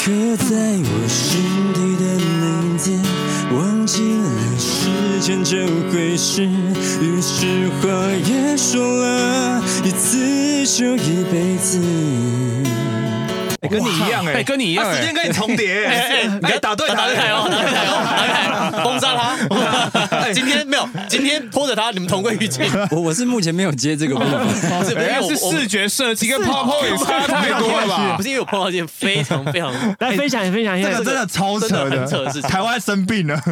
刻在我身体的那天，忘记了时间这回事，于是话也说了一次就一辈子。哎跟你一样哎，哎，跟你一样他时哎间。跟你重叠哎哎，哎，你哎打对打对台哦，打对台哦，打对 台哦，封杀他！今天没有，今天拖着他，你们同归于 尽。 我我是目前没有接这个部分，不是，不人哎是家因为是我我视觉设计跟 PowerPoint 差太多了吧不？是因为我碰到一件非常非常哎来分享分享一这下个，真的超扯真的的，很扯的事情台湾生病了，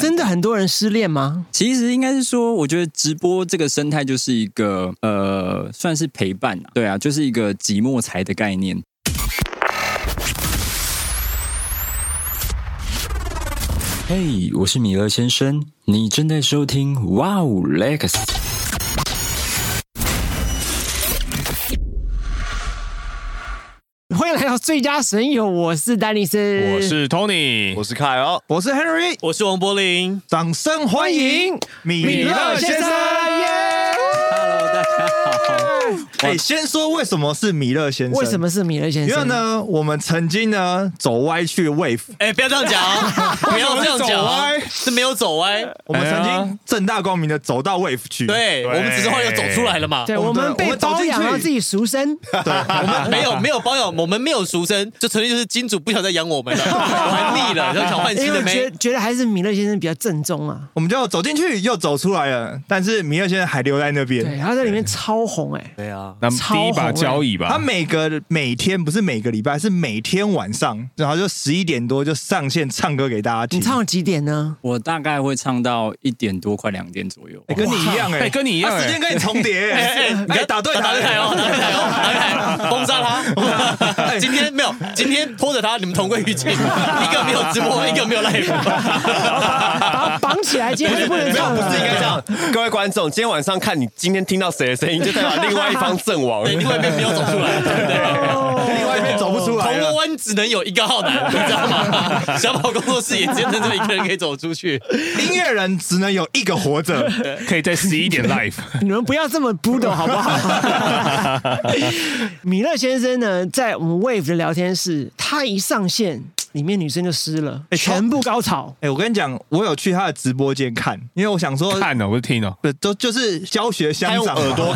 真的很多人失恋吗？其实应该是说，我觉得直播这个生态就是一个呃，算是陪伴啊，对啊，就是一个寂寞财的概念。嘿我是米勒先生，你正在收听《哇哦 Legacy》。欢迎来到最佳损友，我是丹尼斯，我是 Tony，我是凯哦，我是 Henry，我是王柏林，掌声欢迎米勒先生。 Hello，大家好。哎，先说为什么是米勒先生？为什？么是米勒先因为生？呢，我们曾经呢走歪去 Wave，哎，不要这样讲啊， 不要这样讲啊，是没有走歪，我们曾哎经正大光明的走到 Wave 去。对我们只是后来又走出来了嘛。对，我们我们我被们走包进养去到自己赎身，对，我们没有没有包养，我们没有赎身，就纯粹就是金主不想再养我们了，玩腻了，然后想换新因为的我觉妹得。觉得还是米勒先生比较正宗啊。我们就走进去又走出来了，但是米勒先生还留在那对，边。他在里面超红哎，对啊，那第一欸把交椅他吧。每个每天不是每个礼拜，是每天晚上，然后就十一点多就上线唱歌给大家听。你唱到几点呢？我大概会唱到一点多，快两点左右。哎、跟你一样哎、哎，跟你一样欸他时哎间。跟你重叠、哎哎，哎、你给他打对打对台哦， 打对台哦，打对台哦，封杀 他！哎今天没有，今天拖着他，你们同归于 尽。一个没有直播，一个没有 live。把他绑起来，今天就不能 没有，唱不了。是应该这样。各位观众，今天晚上看你今天听到谁的声音，就代表另外一方阵 亡。对，另外一边没有走出来，对不 对？另外一边走不出来啊铜锣了。湾只能有一个浩南，你知道吗？ 小宝工作室也只有这一个人可以走出去。音乐人只能有一个活着。可以在十一点 live，你们不要这么 brutal 好不好？ 米勒先生呢，在我们 Wave 的聊天室，他一上线，里面女生就湿了，哎超全部高潮。哎、我跟你讲，我有去他的直播间看，因为我想说，看哦，不是听哦。不都就是教学相长嘛，他用耳朵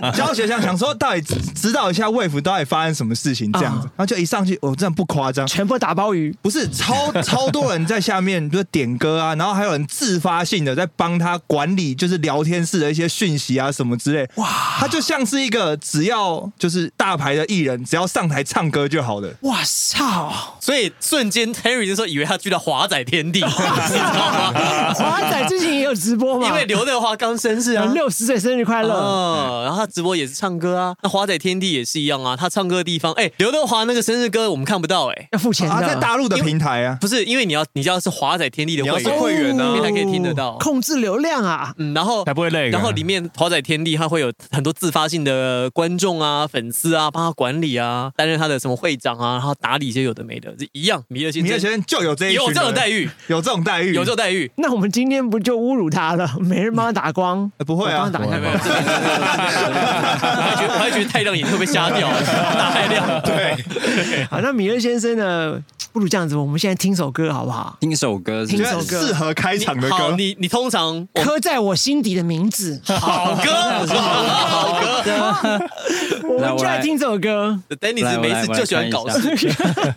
看，教学相想说到底指导一下卫福到底发生什么事情这样子，啊然后就一上去，我真的不夸张，全部打包鱼，不是超超多人在下面就是点歌啊，然后还有人自发性的在帮他管理，就是聊天室的一些讯息啊什么之类。哇，他就像是一个只要就是大牌的艺人，只要上台唱歌就好啊了。哇操！所以瞬间 Terry 那时候以为他去到华仔天地，你知道 吗？ 华仔之前也有直播嘛，因为刘德华刚生日啊，六十岁生日快乐，哦，然后他直播也是唱歌啊，那华仔天地也是一样啊，他唱歌的地方，哎、刘德华那个生日歌我们看不到、哎，要付钱啊，的。在大陆的平台啊，不是因为你要，你知道是华仔天地的你要会是员，会员呢里面才可以听得到。哦控制流量啊！嗯，然后才不会累然后里面华仔天地他会有很多自发性的观众啊、粉丝啊，帮他管理啊，担任他的什么会长啊，然后打理一些有的没的，这一样。米勒先米勒生先生就有这一有群这种人嗯待遇，有这种待遇，有这种待遇。那我们今天不就侮辱他了？ 没人帮他打光，呃不会啊我帮他打一下没有，这 个我还觉得我还觉得太亮眼会被瞎掉，大太亮。对，好，那米勒先生呢？不如这样子，我们现在听首歌好不好？听首歌是听不觉是，首得歌适合开场的好，歌。你你通常我刻在我心底的名字。好 歌，好歌。我来们我就来来听这首歌， Dennis 每次就喜欢搞事，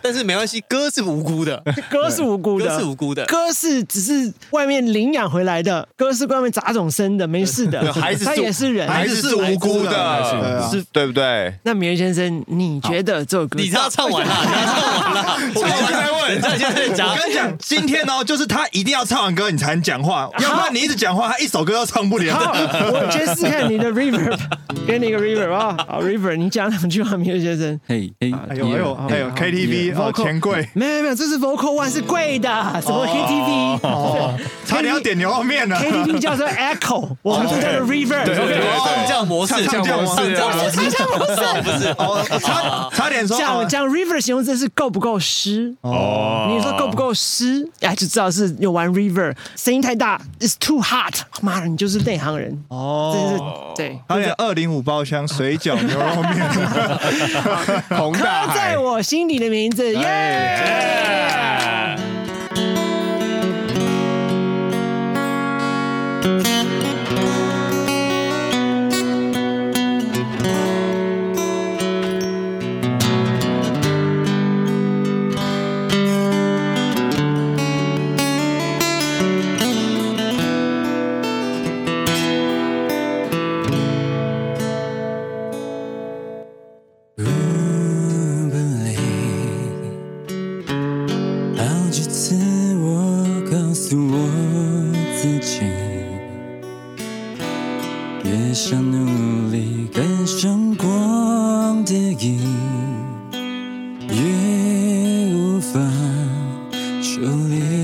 但是没关系，歌是无辜的，歌是无辜歌的，是无辜的。歌是只是外面领养回来的，歌是外面杂种生的，没 事的，孩子是他也是人。孩孩子子是是无无辜辜的对啊的，是对不对？那米勒先生，你觉得这首歌？你让他唱完了，你让他唱完了，我我完现在了，问人家现在在讲 我。跟你讲，今天 呢、就是他一定要唱完歌你才能讲话，要不然你一直讲话，他一首歌都唱不好，了。哎我先试看你 的 reverb，给你一个 reverb 啊，好 reverb，你讲两句话，米勒先生。嘿嘿，哎哎呦哎呦哎呦，KTV 哦， Vocal 钱柜，没有没有没有，这是 vocal one 是贵的，什哦么 KTV，KTV 差点要点牛肉面呢。叫做 echo，我们叫哦做 reverb，唱将模式，唱将模唱式将模式，唱将模式不是哦， 差差点说讲哦讲 reverb 形容词是够不够湿哦哦，你说够不够湿，哎，就知道是有玩 reverb，声音太大，is too hot，妈的，你就是内行人，哦，这是对。差点二零五包厢水饺牛肉面，哎刻在我心里的名字，耶！耶！本领，好几次我告诉我自己，越想努力跟上光的影，越无法处理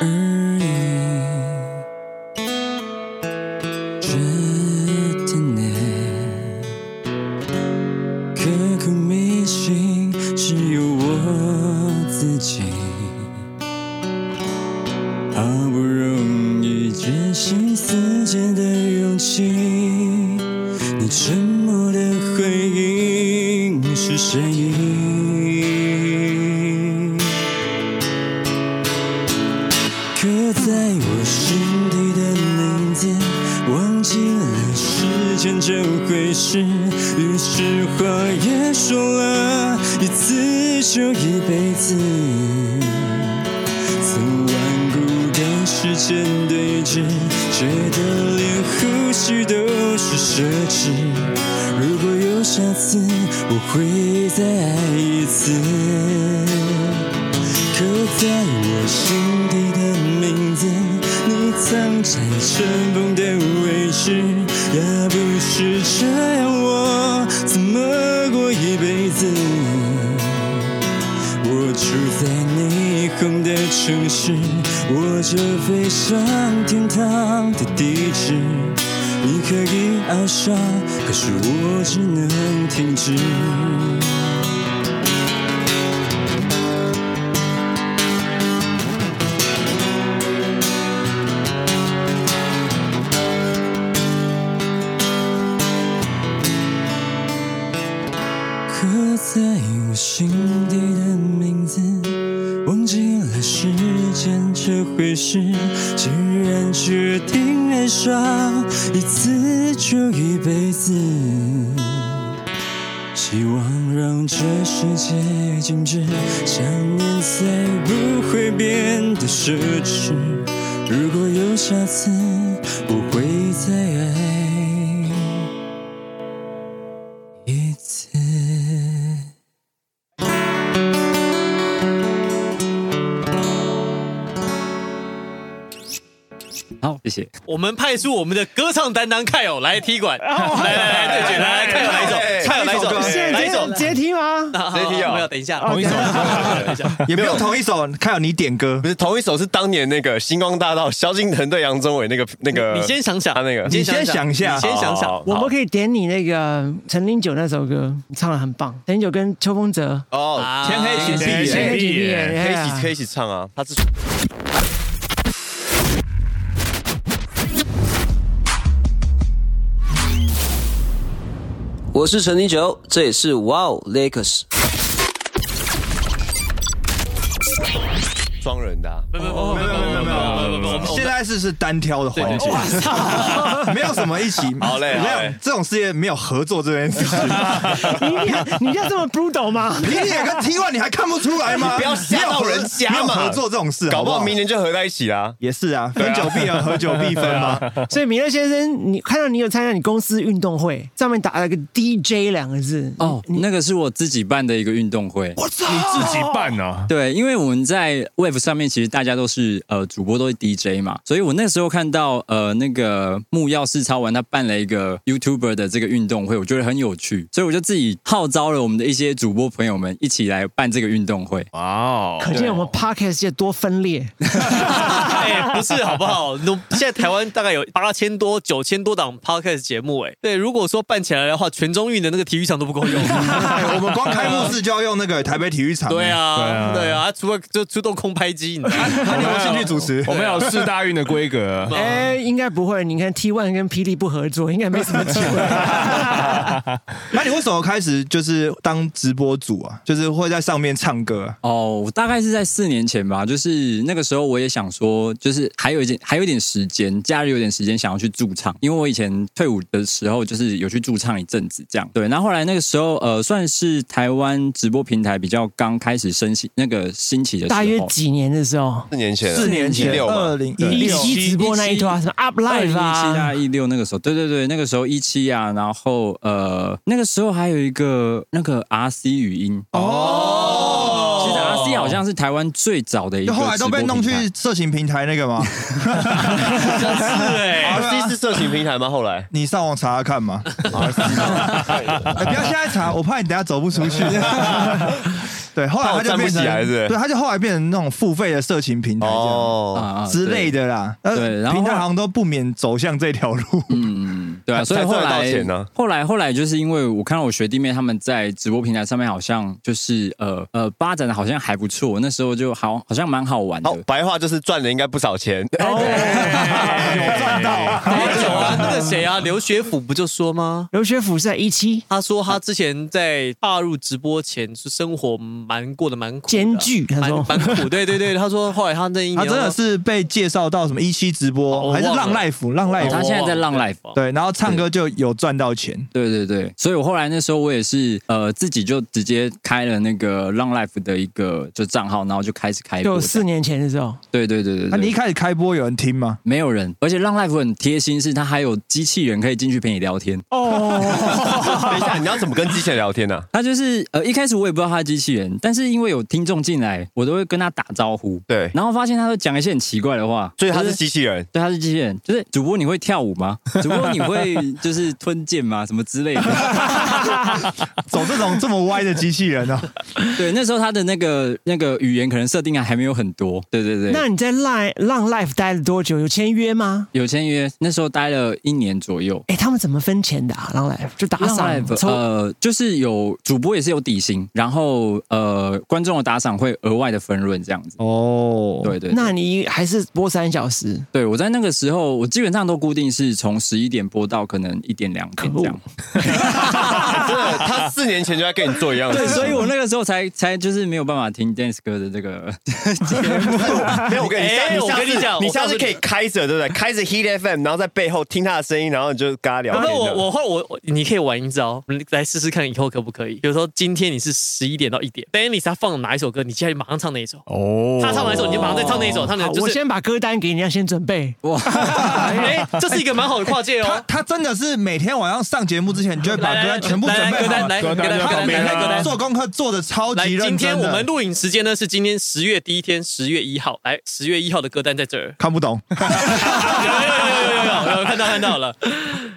而已。这点点。刻骨铭心，只有我自己。好不容易决心死谏的勇气，你沉默的回应是善意。刻在我心底的名字，忘记了时间这回事。于是话也说了，一次就一辈子。曾顽固跟时间对峙，觉得连呼吸都是奢侈。如果有下次，我会再爱一次。刻在我心底的名字，你藏在尘封的位置。要不是这样，我怎么过一辈子？我住在霓虹的城市，我就飞上天堂的地址。你可以翱翔，可是我只能停止。刻在我心底的名字，忘记了时间这回事，竟然决定爱上一次就一辈子。希望让这世界静止，想念才不会变得奢侈。如果有下次，我会再爱。一次。好，谢谢。我们派出我们的歌唱担当凯友来踢馆，来来来对决，来来凯友来一哎首，凯友来一首，现来在一直首接，直接听吗？好谁踢啊好没有，等一下，同一首等一下， 也没有同一首，看有你点歌不，是同一首是当年那个星光大道萧敬腾对杨宗纬那个那个，你先想想他那个，你先想一下你先想好想好，我们可以点你那个陈零九那首歌，你唱的很棒。陈零九跟邱风泽，哦，天黑请闭眼哎可以耶可以一哎起可以一起唱啊，他是我是陈零九，这也是 Wow Lakers。双人的啊，不不不不不不不不不不，现在是是单挑的环节对，没有什么 一起。好嘞你看好嘞这种事业没有合作这 件事情。你要哎你要这么 brutal 吗？ 你也跟 T One 你还看不出来吗？你不要吓到没有合人家嘛没有合作这种事，搞不好好明年就合在一起啦。也是啊，分久必合，合久必分嘛。所以米勒先生，你看到你有参加你公司运动会，上面打了个 DJ 两个字，哦，那个是我自己办的一个运动会。你自己办啊呢？啊对，因为我们在 Wave 上面，其实大家都是呃主播都是 DJ 嘛，所以我那时候看到呃那个木曜试操完他办了一个 YouTuber 的这个运动会，我觉得很有趣，所以我就自己号召了我们的一些主播朋友们一起来办这个运动会。哇哦！可见我们 podcast 界多分 裂。 哎，不是好不好？努现在台湾大概有八千多、九千多档 podcast 节目，哎，对，如果说办起来的话，全中运的那个体育场都不够用。啊哎我们光开幕式就要用那个台北体育场，对，啊，对啊对啊，除了就出动空拍开机，你知道吗？，我们有兴趣主持，我们有四大运的规格哎，应该不会。你看 T One 跟霹雳不合作，应该没什么 机哦会。那你为什么开始就是当直播主啊？就是会在上面唱歌、啊？哦，我大概是在四年前吧，就是那个时候我也想说，就是还有一点还有一点时间，假日有点时间想要去驻唱，因为我以前退伍的时候就是有去驻唱一阵子这样。对，然后后来那个时候呃，算是台湾直播平台比较刚开始升起那个兴起的时候，大约几年的时候，四年前，六啊二嘛，零一一六，期直播那一段啊，什么 Up 二零一 Live 七啊啊，一六那个时候，对对对，那个时候一七啊，然后呃，那个时候还有一个那个 RC 语音哦，其实 RC 好像是台湾最早的一个就直播后平台，来哦都被弄去色情平台那个吗？ ，RC 哎是欸色情平台吗？后来你上网查查看 嘛。哎不要现在查，我怕你等下走不出 去。对，后来他就变怕我站不成起来是不是对，他就后来变成那种付费的色情平台这样哦，啊之类。的啦。呃对然后平台好像都不免走向这条路。对啊，才所以后赚得到来钱呢后来后来就是因为我看到我学弟妹他们在直播平台上面好像就是呃呃发展的好像还不错，那时候就好好像蛮好玩的好，，白话就是赚了应该不少钱， 有赚到。没有啊，那个谁啊，刘学府不就说吗？刘学府是在一期他说他之前在踏入直播前是生活蛮过得蛮苦的艰巨他蛮说蛮苦。对对对，他说后来他那一他年真的是被介绍到什么一期直播，哦还是我浪忘了 life 浪哦 life 他现在在浪 life。啊对，然后唱歌就有赚到钱。对对对，所以我后来那时候我也是呃自己就直接开了那个浪 life 的一个就账号，然后就开始开播这就样。四年前的时候，对对对对啊那对，啊你一开始开播有人听吗？没有人，而且浪 life 很贴心，是它还有机器人可以进去陪你聊天。哦等一下，你要怎么跟机器人聊天啊呢？它就是呃一开始我也不知道它是机器人，但是因为有听众进来，我都会跟他打招呼，对，然后发现他会讲一些很奇怪的话，所以他就是机器人，对，他是机器人，就是主播你会跳舞吗？主播你会就是吞剑吗？什么之 类的。走这种这么歪的机器人啊呢、对，那时候他的那个那个语言可能设定还还没有很多。对对对，那你在浪浪 Life 待了多久？有签约吗？有签约，那时候待了一年左右。哎，他们怎么分钱的啊？浪 Life 就打打赏赏抽呃，就是有主播也是有底薪，然后呃，观众的打赏会额外的分润这样子。哦，对对，那你还是播三小时，对我在那个时候，我基本上都固定是从十一点播到可能一点两点这样。真的，他四年前就在跟你做一样的对，事情。所以 我那个时候才才就是没有办法听 Dance 哥的这个 没有，我跟你哎下我跟你下次讲你我告下诉次可以开着，对不对？开着 Hit FM，然后在背后听他的声音，然后你就跟他聊然天后这我样。我后来我我你可以玩一招，我们来试试看以后可不可以。比如说今天你是十一点到一点，Dennis 他放哪一首歌，你现在马上唱那一首。哦，他唱完一首，你就马上再唱那一首。他好能就我是，先把歌单给你，要先准备。哦哎，这是一个蛮好的跨界他哦。他真的是每天晚上上节目之前，你就会把来歌来，单全部准来来备歌好单，。来歌歌单单，就歌要单，每来天来歌单。做功课做的超来级，认真的。。今天我们录影时间呢是今天十月第一天，十月一号。来，十月一号的歌单在这儿看不懂，有有有有有有，看到看到了。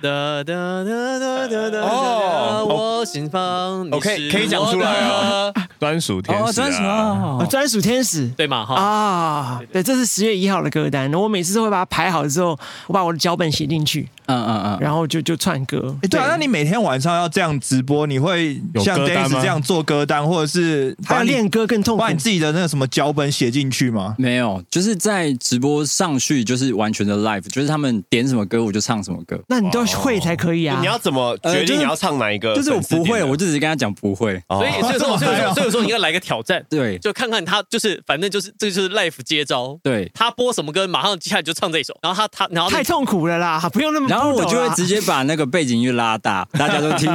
哒哒哒哒哒哒。哦哦，我心房。哦可以可以讲出来啊啊。专属天使，专属，哦哦专属天使。对嘛哈。啊，对，这是十月一号的歌单。我每次都会把它排好之后，我把我的脚本写进去，嗯嗯嗯，然后就就串歌。诶对啊，那你每天晚上要这样直播，你会有像歌单 Days 吗这样做歌单，或者是还要把你练歌更痛苦把。你自己的那个什么脚本写进去吗？没有，就是在直播上去就是完全的 live，就是他们点什么歌我就唱什么歌。那你都要会才可以啊！你要怎么决呃就定是你要唱哪一个就粉丝是点的？我不会，我就只是跟他讲不会。哦所以所以说所以说所以说你要来个挑战，对就看看他就是反正就是这就是 life 接招。对，他播什么歌，马上接下来就唱这一首，然后他他然后太痛苦了啦，不用那么。啊然后我就会不懂啦直接把那个背景音乐拉大，大家都听。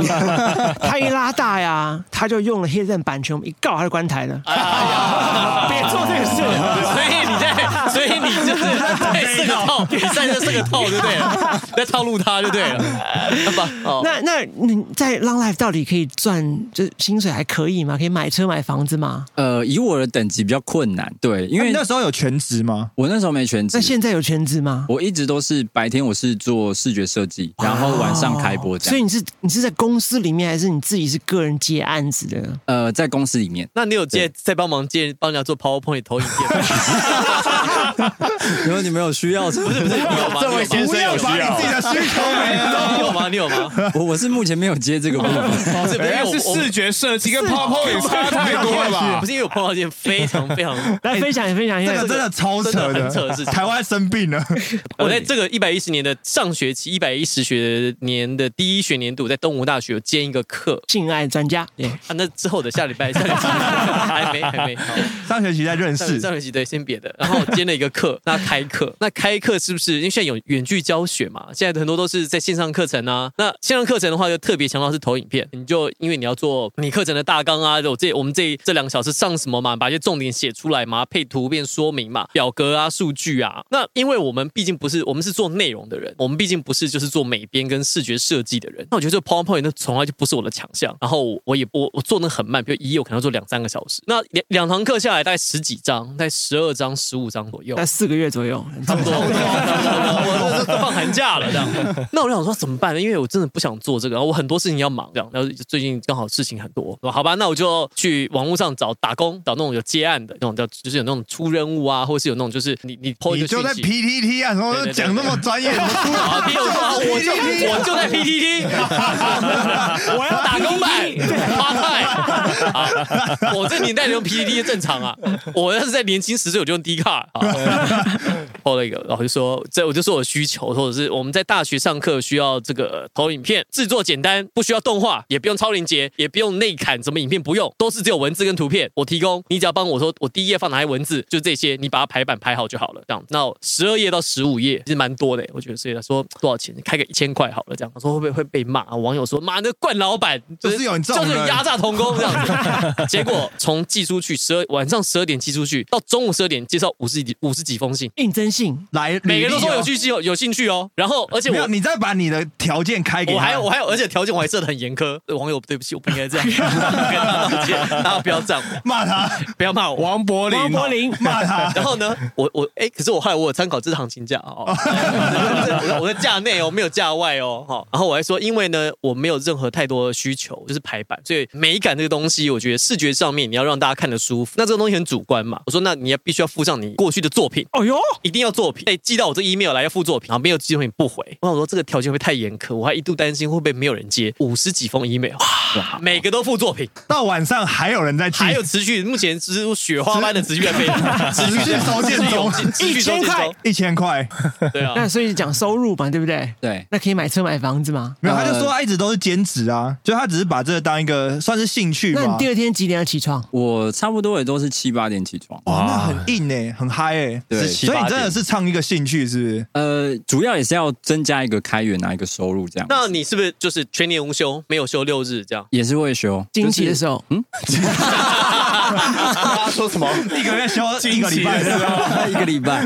他一拉大呀，他就用了黑人版权，我们一告他就关台了。啊别做这个事了。哎所以你在，所以你就是在这个套，你在这是个套，对不对了？在套路他就对了，吧？哦，那那你在浪 life 到底可以赚，就是薪水还可以吗？可以买车买房子吗？ 呃，以我的等级比较困难，对，因因为为啊那时候有全职吗？我那时候没全职那，现在有全职吗？我一直都是白天我是做视觉设计，然后晚上开播这哦所以样。你是你是在公司里面，还是你自己是个人接案子的？呃，在公司里面，那你有接在帮忙接帮人家做 PowerPoint 投影片吗？然后你们有需要，不是不是，你有吗？这位先生有需要自己的需求没了。你有吗？你有吗？我我是目前没有接这个部分。不是，不是因为人我家是视觉设计跟 PowerPoint 也差太多了吧不？是因为我碰到一件非常非常来分享分享一这下个真的超扯 真的的，很扯的事情台湾生 病了，我在这个一百一十年的上学期，一百一十学年的第一学年度，在东吴大学有兼一个课。性爱专家，啊，那之后的下礼拜，下礼拜还没还没。好上学期在认上识，上学期对，先别的，然后我兼了一个课， 那开课，那开课是不是因为现在有远距教学嘛？现在很多都是在线上课程啊。那线上课程的话，就特别强调是投影片，你就因为你要做你课程的大纲啊，我这我们这这两个小时上什么嘛，把一些重点写出来嘛，配图片说明嘛，表格啊、数据啊。那因为我们毕竟不是我们是做内容的人，我们毕竟不是就是做美编跟视觉设计的人。那我觉得这 PowerPoint 那从来就不是我的强项，然后我也我我做的很慢，比如一页我可能要做两三个小时，那两两堂课下来大概十几张，大概十二张、十五张左右在。四个月左右，差不多，我这放寒假了这样。 那我就想说怎么办呢？因为我真的不想做这个，然后我很多事情要忙这样。然后最近刚好事情很多，我说好吧，那我就去网络上找打工，找那种有接案的那种叫，就是有那种出任务啊，或是有那种就是你你 PO 一你个就在讯息。 PTT 啊，什对么对对讲那么专 业，啊！比如说，我就我就在 PTT，我要打工版花菜啊！我这年代用 PTT 正常啊，我要是在年轻十岁我就用 D 卡啊。抛了一个，然后就说这我就说我需求，或者是我们在大学上课需要这个投影片制作简单，不需要动画，也不用超连接，也不用内砍，什么影片不用，都是只有文字跟图片。我提供，你只要帮我说我第一页放哪些文字，就这些，你把它排版排好就好了。这样，那十二页到十五页其实蛮多的，我觉得。所以他说多少钱，开个一千块好了，这样。我说会不会会被骂？网友说妈，那惯老板就是有你这就种是人压榨童工这 样子。结果从寄出去十二晚上十二点寄出去，到中午十二点接到五十几五十几封信。应征性来，每个人都说有趣。兴趣哦，有兴趣哦。然后，而且啊没我有，你再把你的条件开给我他还有我还有，而且条件我还设的很严 苛。呃网友，对不起，我不应该这样，跟大家道歉，大家不要这样，骂他，不要骂我。王柏啊林，王柏林，哦骂他，然后呢，我我哎、可是我后来我有参考这是行情价哦，我 在我在价内哦，没有价外哦，哈、然后我还说，因为呢，我没有任何太多的需求，就是排版，所以美感这个东西，我觉得视觉上面你要让大家看得舒服，那这个东西很主观嘛。我说，那你要必须要附上你过去的作品，哦哟，一定要作品，哎，寄到我这 email 来要附作品，然后没有寄作品不回。我想说这个条件会不会太严苛，我还一度担心会不会没有人接，五十几封 email，每个都附作品，到晚上还有人在记，还有持续，目前只是雪花般的持续在被持续持续收件中持续收件中，一千块，对啊，那所以讲收入嘛，对不对？对，那可以买车买房子吗？没有，他就说他一直都是兼职啊，就他只是把这个当一个算是兴趣那你嘛。第二天几点要起床？我差不多也都是七八点起床。哇，那很硬欸哎，很嗨哎，对所以你真的是唱一个兴趣是不是？呃，主要也是要增加一个开源啊，一个收入这样。那你是不是就是全年无休，没有休六日这样？也是会修，惊奇的时候，他说 什么？一个月休一个礼 拜是吧？候一个礼拜。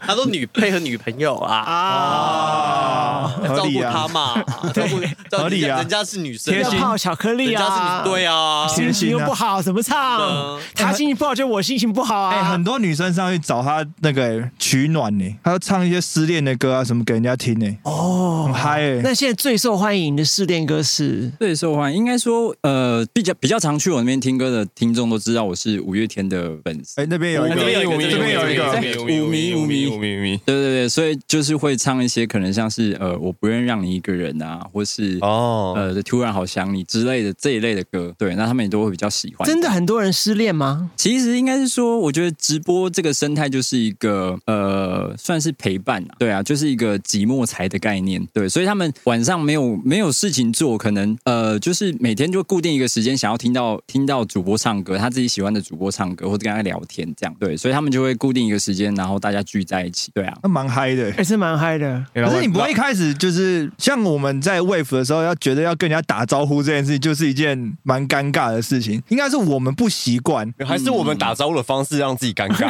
他说女配合女朋友啊，合 照理顾啊她，嘛，照顾照顾合理啊人家是女生，贴要心泡巧克力人家啊，是女对啊， 心情又不好，怎么唱嗯？他心情不好就我心情不好哎，啊很。多女生上去找他那个欸取暖呢，他要唱一些失恋的歌啊什么给人家听呢，哦，很嗨哎，那现在最受欢迎的失恋歌是最受欢迎，应该说，呃，比较比较常去我那边听歌的听众都知道我是五月天的粉丝。哎那边有一这个边有一个这边有一个这边有一个五迷五迷五迷，对对对，所以就是会唱一些可能像是呃，我不愿让你一个人啊，或是哦呃，突然好想你之类的这一类的歌，对，那他们也都会比较喜欢。真的很多人失恋吗？其实应该是说，我觉得直播这个生态就是一个呃，算是陪伴啊，对啊，就是一个寂寞财的概念，对，所以他们晚上没有没有事情做，可能呃，就是每天就固定一个时间，想要听到听到主播唱歌，他自己喜欢的主播唱歌，或者跟他聊天这样，对，所以他们就会固定一个时间，然后大家聚在一起，对啊，那蛮嗨的欸。还是蛮嗨的。哎可是你不会一开始就是像我们在 wave 的时候，要觉得要跟人家打招呼这件事情，就是一件蛮尴尬的事情。应该是我们不习惯， 还是我们打招呼的方式让自己尴尬。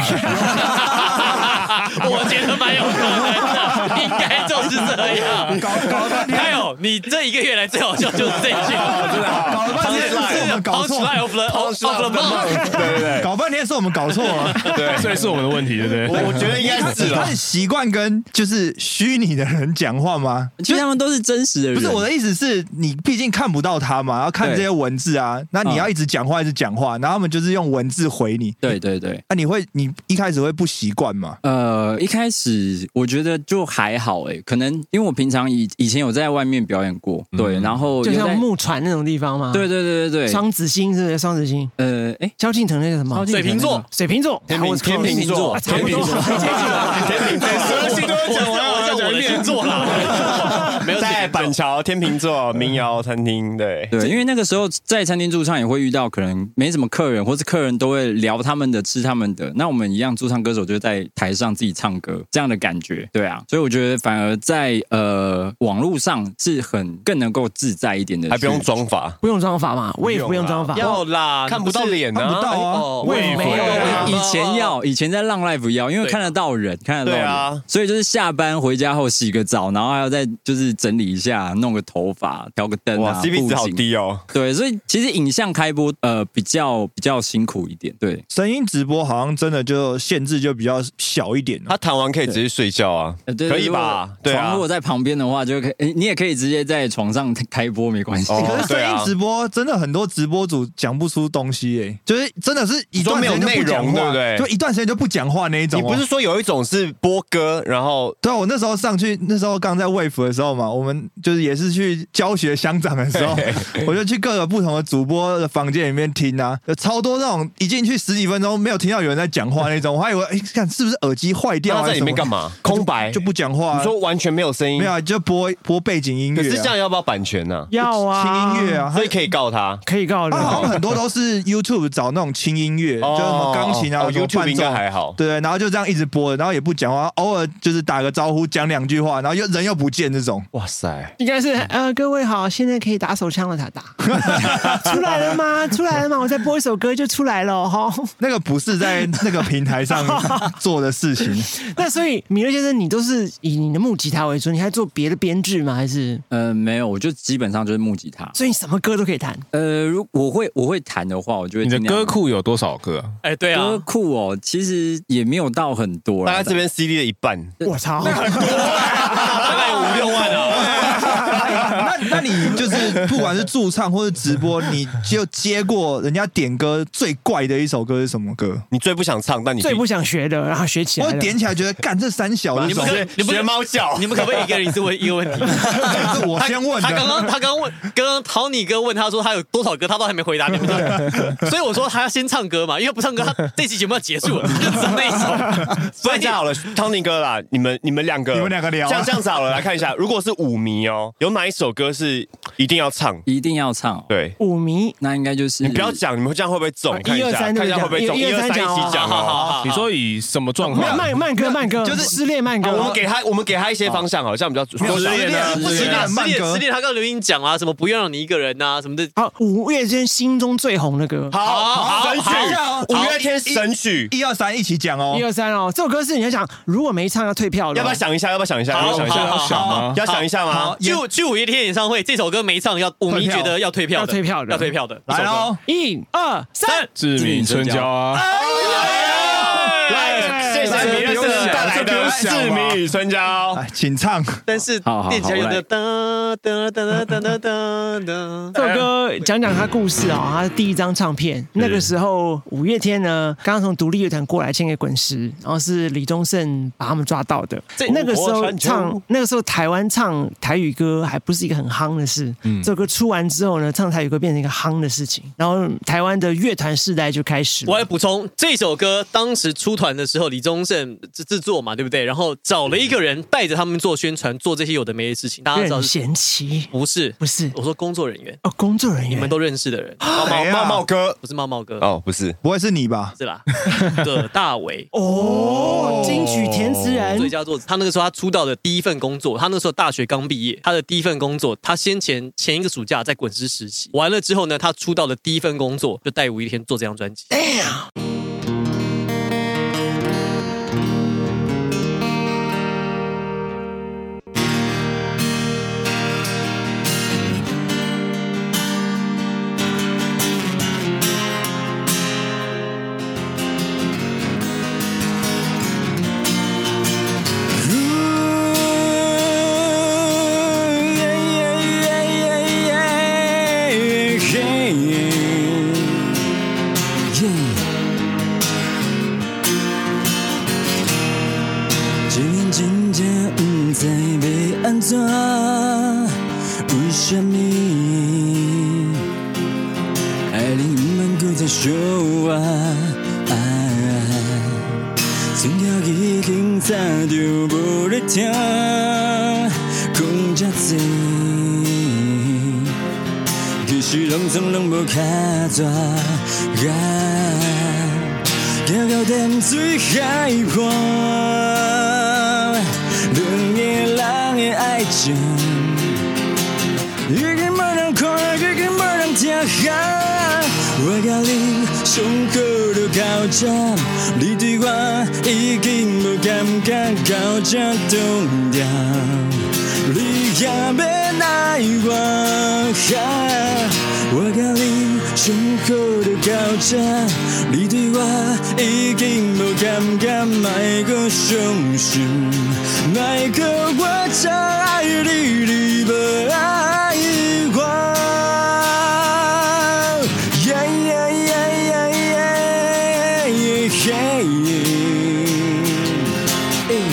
我觉得蛮有可能的，应该就是这样。搞搞半天，还有，你这一个月来最好笑就是这一句，真的搞了半天是我们搞错， ，punchline of the of 哦 the month。对对搞半天是我们搞 错了。对对，所以是我们的问题，对不对？我觉得应该是啊 他了。很习惯跟就是虚拟的人讲话吗？其实他们都是真实的人，不是我的意思是你毕竟看不到他嘛，然后看对这些文字啊，那你嗯要一直讲话，一直讲话，然后他们就是用文字回你，对对对。那、你会你一开始会不习惯嘛？呃，一开始我觉得就还好诶、可能因为我平常以以前有在外面表演过，对，然后就有在像木啊船那种地方嘛。对对对对对，双子星是不是？双子星，呃，哎，萧敬腾那个什么？水瓶座，水瓶座，天天秤座啊差不多。我星座讲完，我讲我的星座 啦，没有在板桥天秤座民谣餐厅，对，对，因为那个时候在餐厅驻唱也会遇到可能没什么客人，或是客人都会聊他们的、吃他们的。那我们一样驻唱歌手就在台上自己唱歌这样的感觉，对啊。所以我觉得反而在呃网络上是很更能够自在一点的， 还不用。妆法， 不用装法嘛，我也不用装法。要啦，看不到脸看不啊。到啊，哦，为没有啊以前要，以前在浪 life 要，因为对看得到人，看得到对人，啊所以就是下班回家后洗个澡，然后还要再就是整理一下，弄个头发，调个灯哇啊，CP 值好布景低哦。对，所以其实影像开播，呃，比较比较辛苦一点。对，声音直播好像真的就限制就比较小一点了、哦他弹完可以直接睡觉啊，呃对可以如果吧？对床啊如，果在旁边的话，就可以、诶你也可以直接在床上开播，没关系。哦可是对声啊音直播真的很多直播主讲不出东西耶、就是真的是一段时间就不你说讲没有内容对话，不对就一段时间就不讲话那一种、你哦。不是说有一种是播歌，然后对啊，我那时候上去，那时候刚在卫服的时候嘛，我们就是也是去教学乡长的时候，我就去各个不同的主播的房间里面听啊，有超多那种一进去十几分钟没有听到有人在讲话那种，我还以为哎，看、是不是耳机坏掉那啊？他在里面干？嘛？ 空白就不讲话、啊，你说完全没有声音，没有、啊，就播播背景音乐、可啊，是这样要不要版权呢？要啊，轻音乐，啊，所以可以告他。可以告你他好像很多都是 YouTube 找那种轻音乐，哦就什么钢琴啊、哦什么伴奏 YouTube 应该还好对，然后就这样一直播，然后也不讲话，偶尔就是打个招呼，讲两句话，然后又人又不见这种。哇塞，应该是呃，各位好，现在可以打手枪了，他打 出来了吗？出来了吗？我再播一首歌就出来了哦哈。那个不是在那个平台上做的事情， 那所以米勒先生，你都是以你的木吉他为主，你还做别的编制吗？还是呃，没有，我就基本上就是木吉他。所以你什么歌都可以弹？呃，如我会我会弹的话，我就会你的尽量歌库有多少个？哎，对啊歌，库哦，其实也没有到很多啦大概这边 CD 的一半，我操！大概五六万啊， 那那你就是不管是驻唱或是直播，你就接过人家点歌最怪的一首歌是什么歌？你最不想唱，但你最不想学的，然后学起来我了。点起来觉得干这三小这你种们，可你们学猫叫，你们可不可以一个人一次问一个问题？这是我先问他刚的。刚他刚问，刚刚陶尼哥问他说他有多少歌，他都还没回答你们。所以我说他要先唱歌嘛，因为不唱歌，他这期节目要结束了，就只剩那一 首。所所以以这样好了，汤尼哥啦，你们你们两个，你们两个聊啊这样这样子好了，来看一下，如果是舞迷哦，有哪一首歌是一定要唱？一定要唱、哦。，对，五迷那应该就是你不要讲，你们这样会不会中啊？看一一二下，三看一下对会不不对会中？一一二二三三一讲起讲好好哦。好，你说以什么状慢况？慢慢歌慢歌，就是失恋慢啊歌。我们给他，我们给他一些方向，好像比较多少失恋啊不失行恋啊，啊失慢恋歌失恋，他刚刚刘英讲啊，什么不要让你一个人呐，什么的。好，五月天心中最红的歌，好好神曲好，五月天神曲，一二三，一起讲哦一。二三哦，这首歌是你要想，如果没唱要退票的哦，要不要想一下？要不要想一下？好要不要想一好下？好好要想一下吗？去去五月天演唱会，这首歌没唱，要我们退票觉得要退票的，要退票的要退票的。来喽，一二三，三，志明春娇啊，来，谢谢米勒斯带来的《志明与春 娇》。来，哎请唱。但是好好电吉他有好的哒哒哒哒哒哒哒这首歌讲讲他故事哦，他第一张唱片，那个时候五月天呢，刚刚从独立乐团过来，签给滚石，然后是李宗盛把他们抓到的这。那个时我候山丘唱，那个时候台湾唱台语歌还不是一个很夯的事，这首歌出完之后呢，唱台语歌变成一个夯的事情，然后台湾的乐团世代就开始了。我还补充，这首歌当时出团的时候，李宗盛制制作嘛，对不对？然后找了一个人带着他们做宣传，做这些有的没的事情。大家知道任是贤齐不是？不是我说工作人员，哦，工作人员，你们都认识的人，茂茂谁啊茂茂哥，不是茂茂哥，哦，不是，不会是你吧？是啦，葛大为。哦，金曲填词人最佳作词，他那个时候他出道的第一份工作，他那时候大学刚毕业，他的第一份工作，他先前前一个暑假在滚石实习，完了之后呢，他出道的第一份工作就带五月天做这张专辑。我 Yeah, yeah. 今天真正不知要安怎，为什么爱你不免搁再相我？啊心跳已经早就无咧听，讲这多。其实拢总拢无卡纸啊，行到淡水海畔，两个人的爱情，已经无人看，已经无人听。我甲你上课就到这，你对我已经无感觉，到这冻掉。你也要爱我，我甲你上好就到这，你对我已经无感觉，莫搁伤心，莫搁我再爱你，你无爱我。Yeah, yeah, yeah, yeah, yeah, yeah, yeah. Hey.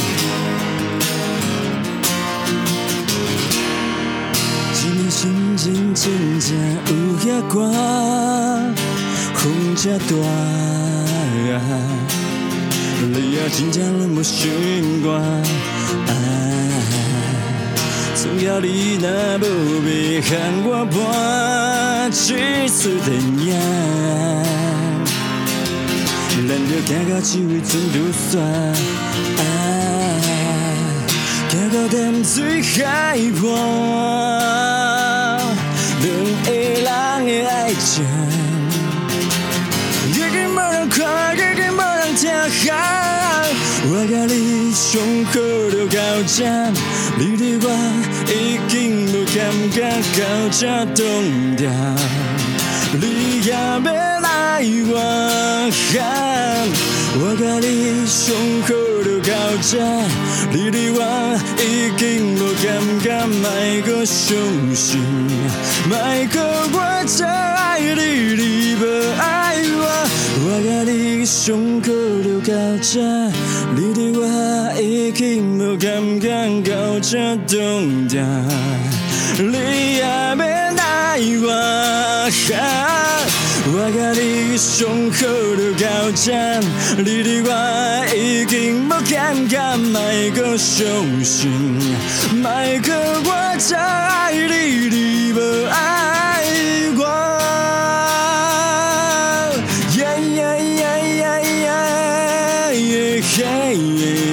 今天心情真正有遐寒，风遮大，你也真正拢无想我。啊，总要你若无要喊我伴一出电影，咱就行到这位船拄煞。啊行到淡水海畔，两个人的爱情，已经无人看，已经无人听。我甲你上好就到这，你对我已经无感觉，到这冻掉。你也要爱我，我甲你上好就到这，你对我已经无感觉，莫搁伤心，莫搁我再爱你，你无爱我，我甲你上好就到这，你对我已经无感觉，到这冻掉。你也要爱我，我甲你上好就到这，你对我已经无感觉，莫搁伤心，莫搁我再爱你，你无爱我。Yeah, yeah, yeah, yeah, yeah, yeah, yeah, yeah.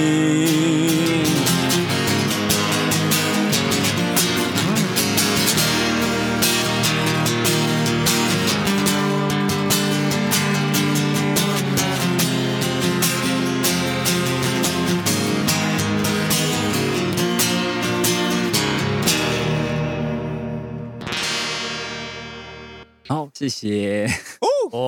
好，谢谢。哇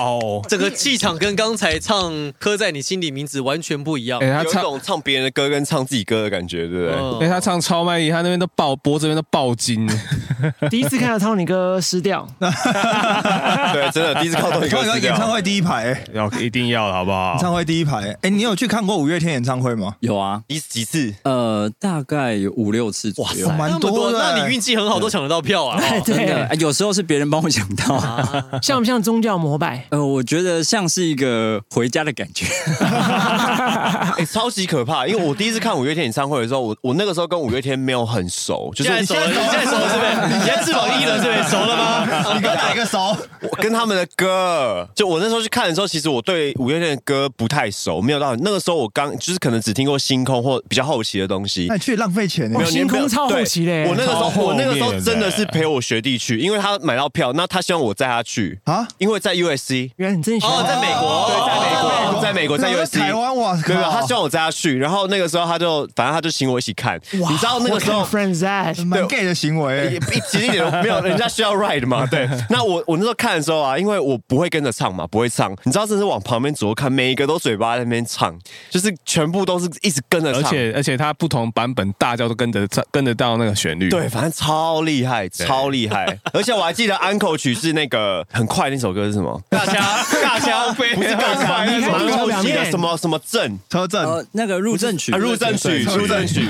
哦，整个气场跟刚才唱《刻在你心里名字》完全不一样哎，。他有一唱，种唱别人的歌跟唱自己歌的感觉，对不对？哎，嗯他唱超卖力，他那边都爆，脖子这边都爆筋。第一次看到 Tony 哥 失掉， 对，真的第一次看到你看歌到是这演唱样。会第一排，演要一定要的好不哦好？唱会第一排。哎，你有去看过五月天演唱会吗？有啊，第几次？呃，大概有五六次左右。哇塞哦蛮那么多的哎那你运气很好，都抢得到票啊！哦真的，对，哎有时候是别人帮我抢到。啊像不像宗教膜拜？ 呃，我觉得像是一个回家的感觉。哎，超级可怕！因为我第一次看五月天演唱会的时候，我我那个时候跟五月天没有很熟，就是现在熟了，你现在熟了是不是？你现在翅膀硬了是不是？熟了吗？ 你跟哪个熟？我跟他们的歌，就我那时候去看的时候，其实我对五月天的歌不太熟，没有到那个时候我刚就是可能只听过《星空》或比较后期的东西哦那。你去浪费钱欸没有星空你没有超后期的对我那个时超候，后我那个时候面的真的是陪我学弟去，因为他买到票，那他希望我载他去，啊，因为在 USC，原来你真的喜哦，欢在美国，对，在美国，在美国，在对 USC，台湾哇靠对对，啊他希望我载他去，然后那个时候他就，反正他就请我一起看，你知道那个时候 What kind of friends that 嗯蛮 gay 的行为、也一其实一点都没有，人家需要 ride 嘛。 对，那我我那时候看的时候啊，因为我不会跟着唱嘛，不会唱，你知道，真是往旁边左右看，每一个都嘴巴在那边唱，就是全部都是一直跟着而唱，且而且它不同版本大叫都跟着唱跟得到那个旋律。对，反正超厉害，超厉害。 而且我还记得安 n 曲是那个很快那首歌是什 么？大家大 家飞，不是更 快那首你看你看歌，表我记得面什么什么镇车震、哎呃，那个入阵曲啊，，入阵曲，入阵曲，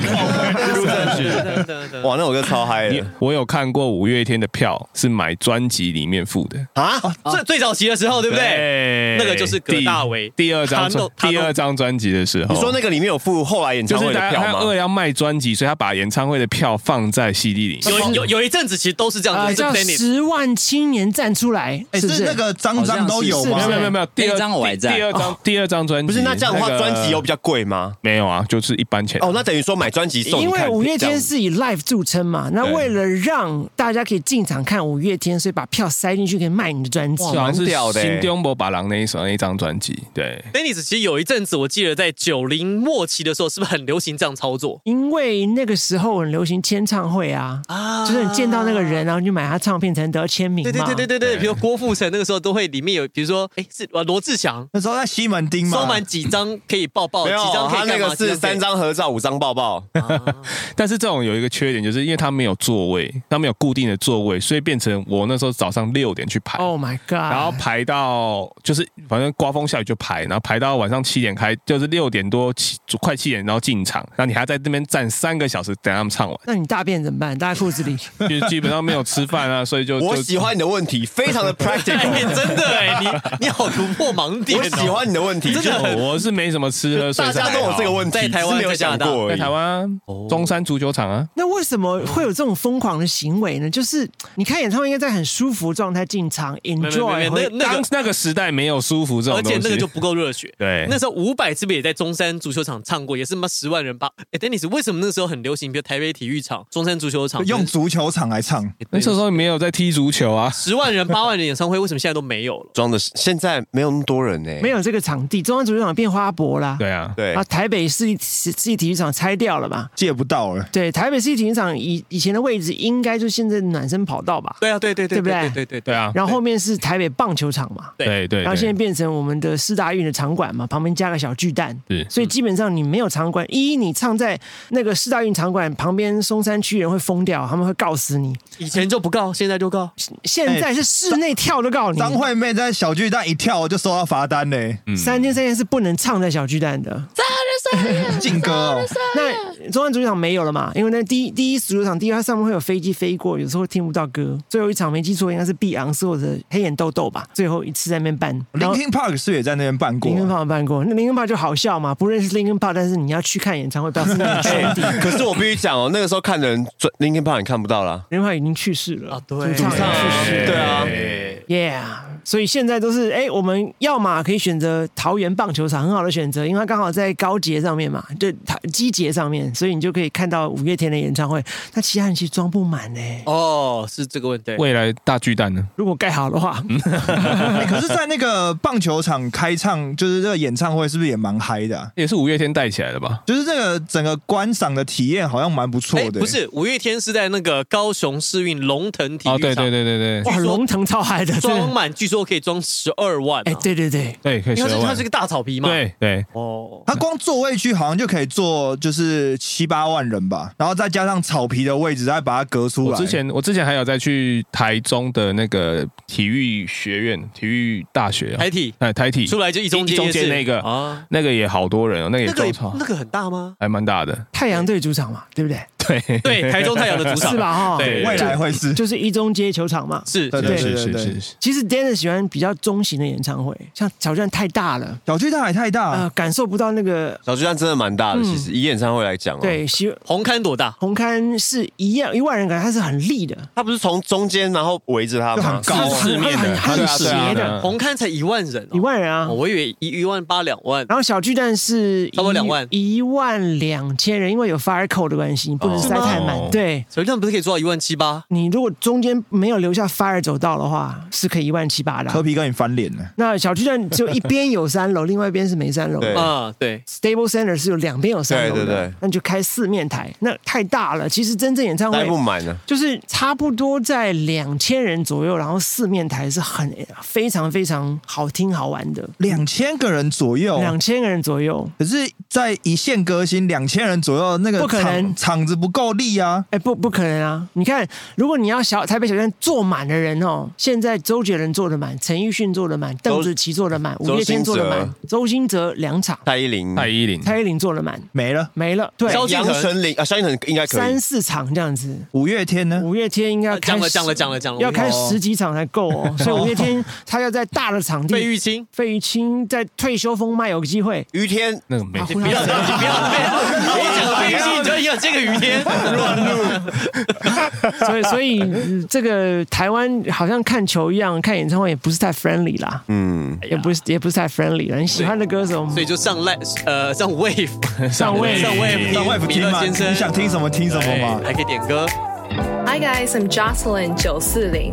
入阵曲。哇，那首歌超嗨你的我有看过五月天的票是买专辑里面付的，啊！哦最最早期的时候，对不对？对那个就是葛大为第第二他张弄专他弄第二张专辑的时候，你说那个个里面有附后来演就唱是会的他票他为吗？了要卖专辑，所以他把演唱会的票放在 CD 嗯里有面。有有一阵子其实都是这样呃子，是叫 Planet 十万青年站出来，哎是不是那个张张都有好没像是有吗是？没有没有没有，第那二张我还第在第二张第二张专辑哦不是，那这样的话，个专辑有比较贵吗？没有啊？就是一般钱哦，那等于说买专辑送你因看为五月这天样是以 live 著称嘛，那对为了让大家可以进场看五月天，所以把票塞进去可以卖你的专辑。好像是蛮屌的欸新东博把郎那一首那一张专辑，对， Dennis 其实有一阵子，我记得在九零末期的时候，是不是很流行这样操作因为那个时候很流行签唱会啊，啊就是你见到那个人，然后你就买他唱片才能得到签名嘛。对对对对对对，比如郭富城那个时候都会里面有，比如说哎是啊罗志祥那时候在西门町嘛，收满几张可以抱抱，没几有，张可他以那干嘛？个是几可以三，张合照，五张抱抱。但是这种有一个缺点，就是因为它没有座位，它没有固定的座位，所以变成我那时候早上六点去排。 ，Oh my God！然后排到就是反正刮风下雨就排，然后排到晚上七点开，就是六点多七快七点，然后进场，然后你还在那边站三个小时等他们唱完，那你大便怎么办？大在 裤子里，就基本上没有吃饭啊，所以就我就喜欢你的问题，非常的哎 practical。真的哎， 你你好突破盲点我哦，喜欢你的问题，真的很我是没什么吃喝，所以大家都有这个问，问题，在台湾只是没有想过而在已台。湾啊中山足球场啊，那为什么会有这种疯狂的行为呢？就是你看演唱会应该在很舒服的状态进场没有没，enjoy 有没有回那那当个。那个时代没有舒服这种而东西，且那个就不够热血。对那时候伍佰是不是也在中山足球场唱过？也是他妈十万人吧？哎，Dennis，为什么那时候很流行？比如台北体育场、中山足球场，用足球场来唱，那时候没有在踢足球啊，十万人、八万人演唱会，为什么现在都没有了？装的是现在没有那么多人呢，没有这个场地，中央足球场变花博啦。对啊，对啊，，台北市立市立体育场拆掉了嘛？借不到了。对，台北市立体育场以以前的位置应该就现在的暖身跑道吧，对啊，对对对对不对对对对啊，然后后面是台北棒球场嘛，对对对，然后对现在变成我们的四大运的场馆嘛，旁边加个小巨蛋，是所以基本上你没有场馆，一你唱在那个四大运场馆旁边，松山区人会疯掉，他们会告死你。以前就不告，现在就告。现在是室内跳都告你，张惠妹在小巨蛋一跳就收到罚单嘞，三天三夜是不能唱在小巨蛋的。劲歌哦，那中央足球场没有了嘛？因为那第一第一足球场，第二它上面会有飞机飞过，有时候会听不到歌。最后一场没记错应该是碧昂斯或者黑眼豆豆吧，最后一次在那边办。然后 Linkin Park 是不是也在那边办过啊林根炮办过，那林根炮就好笑嘛，不认识林根炮，但是你要去看演唱会，表示你的兄弟。可是我必须讲哦，那个时候看的人转 Linkin Park 你看不到啦。 林根炮已经去世了啊对主唱主唱也去世了对啊， ，Yeah。所以现在都是哎、我们要么可以选择桃园棒球场，很好的选择，因为它刚好在高捷上面嘛，就它机捷上面，所以你就可以看到五月天的演唱会。那其他人其实装不满呢、哦，是这个问题。未来大巨蛋呢？如果盖好的话，哎可是，在那个棒球场开唱，就是这个演唱会，是不是也蛮嗨的啊、也是五月天带起来的吧？就是这个整个观赏的体验好像蛮不错哎的、欸不，是五月天是在那个高雄市运龙腾体育场，哦，对对对对对哇，龙腾超嗨的，真的装满，据说可以装十二万、啊。哎，对对对，对，可以因为它十二是它万是，个大草皮嘛。，对对，哦，它光座位区好像就可以坐就是七八万人吧，然后再加上草皮的位置，再把它隔出我来。之前我之前还有在去台中的那个体育学院、体育大学、啊台，体哎，台体出来就一中一间中夜间市那个啊，那个也好多人哦，那个也那个周也超那个很大吗？还蛮大的，太阳队主场嘛，对不对？对对，台中太阳的主场是？吧？哈，对未来会是，就是一中街球场嘛。是对对 是对是对是是，其实 Dennis 喜欢比较中型的演唱会，像挑战太大了，小巨蛋还太大，呃，感受不到那个小巨蛋真的蛮大的，嗯其实以演唱会来讲哦，，对，喜红磡多大？红磡是一样一万人感觉它是很立的，他不是从中间然后围着他就吗很？高啊它是很很很斜对啊的，红磡才一万人、哦，一万人啊哦。我以为一一万八两万。然后小巨蛋是差不多一两万一万两千人，因为有 fire code 的关系，你不能实在太满哦。对所以那不是可以做到一万七八？你如果中间没有留下 fire 走道的话，是可以一万七八的啊、柯皮跟你翻脸了，那小巨蛋只有一边有三楼，另外一边是没三楼。对啊，对， Stable Center 是有两边有三楼的，对对对那你就开四面台，那太大了。其实真正演唱待会不满啊呢。就是差不多在两千人左右，然后四面台是很非常非常好听好玩的，两千个人左哦右。两千个人左右。可是，在一线歌星两千人左右，那个不可能场场子不够力啊！哎，不，不可能啊！你看，如果你要小台北小巨蛋坐满的人哦，现在周杰伦坐的满，陈奕迅坐的满，邓紫棋坐的满，周五月天坐的满，周兴哲两场，蔡依林、蔡依林，蔡依林坐的满，没了，没了，对，萧敬杨腾丞琳啊，萧敬腾应该可以三。四场这样子。五月天呢？五月天应该要开呃讲了始讲了讲了讲了，要开开十几场才够 哦，所以五月天他要在大的场地，费玉 清，费玉清在退休风麦有机会。于天，那个没啊听胡不杨要不要不要！我讲费玉清，你就要这个于 天，所以 所以嗯这个台湾好像看球一样，看演唱会也不是太 friendly 啦，嗯，也不是也不是太 friendly 了。你喜欢的歌手，所以就上 l 呃上 wave 上 位上 wave 上哦 wave 米听勒嘛，先生你想听什么听什么哎嘛。还可以点歌。 Hi guys, I'm Jocelyn 940.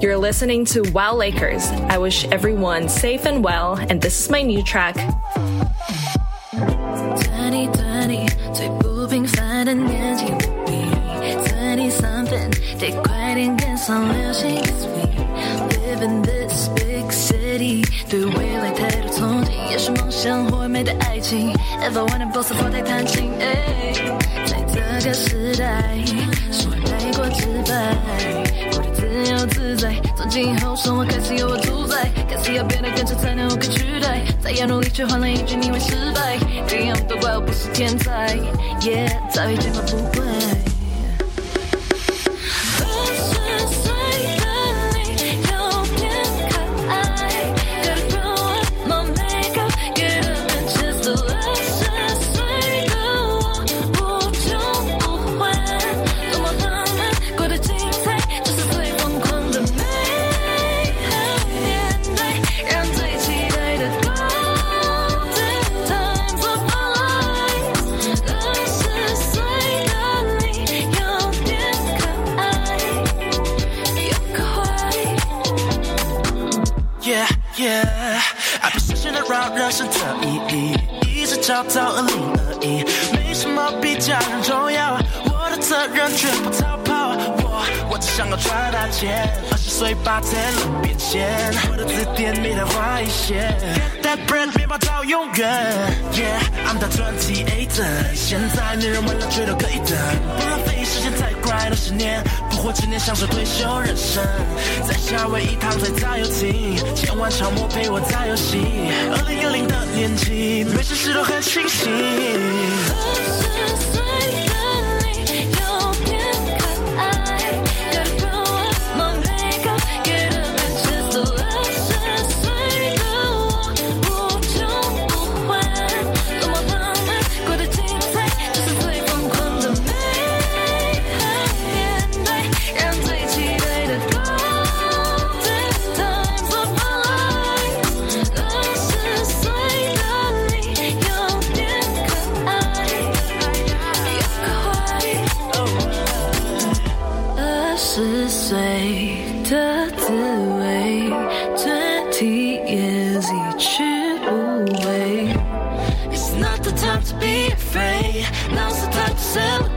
You're listening to Wow Lakers. I wish everyone safe and well, and this is my new track, Twenty twenty，最不平凡的年纪，Twenty something，得快点跟上流行。Cause we live in this big city，对未来太多憧憬，也是梦想或美的爱情。If I eh? wanna boss，我得弹琴。哎在这个时代，说爱过直白，过得自由自在。从今以后，生活开始由我主宰，开始要变得更强，才能无可取代。再要努力，却换来一句你会失败。这样都怪我不是天才，也、早已见怪不怪。二十岁的你有点可爱，Gotta grow up, no makeup, get up and just do it。二十岁的我不求不欢，多么浪漫，过得精彩，这是最疯狂的美好年代，让最期待的 golden times of our lives。二十岁的你有点可爱，有个坏。 Yeah, yeah, I've been searching around 人生的意义，一直找到二零二一，没什么比家人重要，我的责任全部逃跑，我我只想要赚大钱，二十岁把天冷变现，我的字典没得画一线，Get that bread 面包到永远，Yeah，I'm the twenty eight，现啊在女人为了追都可以等，不浪费时间再 grind 二十年，不活几年享受退休人生，在夏威夷躺在自由艇，千万场我陪我打游戏，二零二零的年纪，每件事都很清晰。二十岁的你有点可爱，Gotta grow up, no makeup, get up and just do it。二十岁的我不求不欢，多么浪漫，过得精彩，这是最疯狂的美好年代，让最期待的 golden times of our lives。二十岁的你有点可爱，有个坏。二十岁的滋味，twenty years 已去无回。It's not the time to be afraid. Now's the time to celebrate.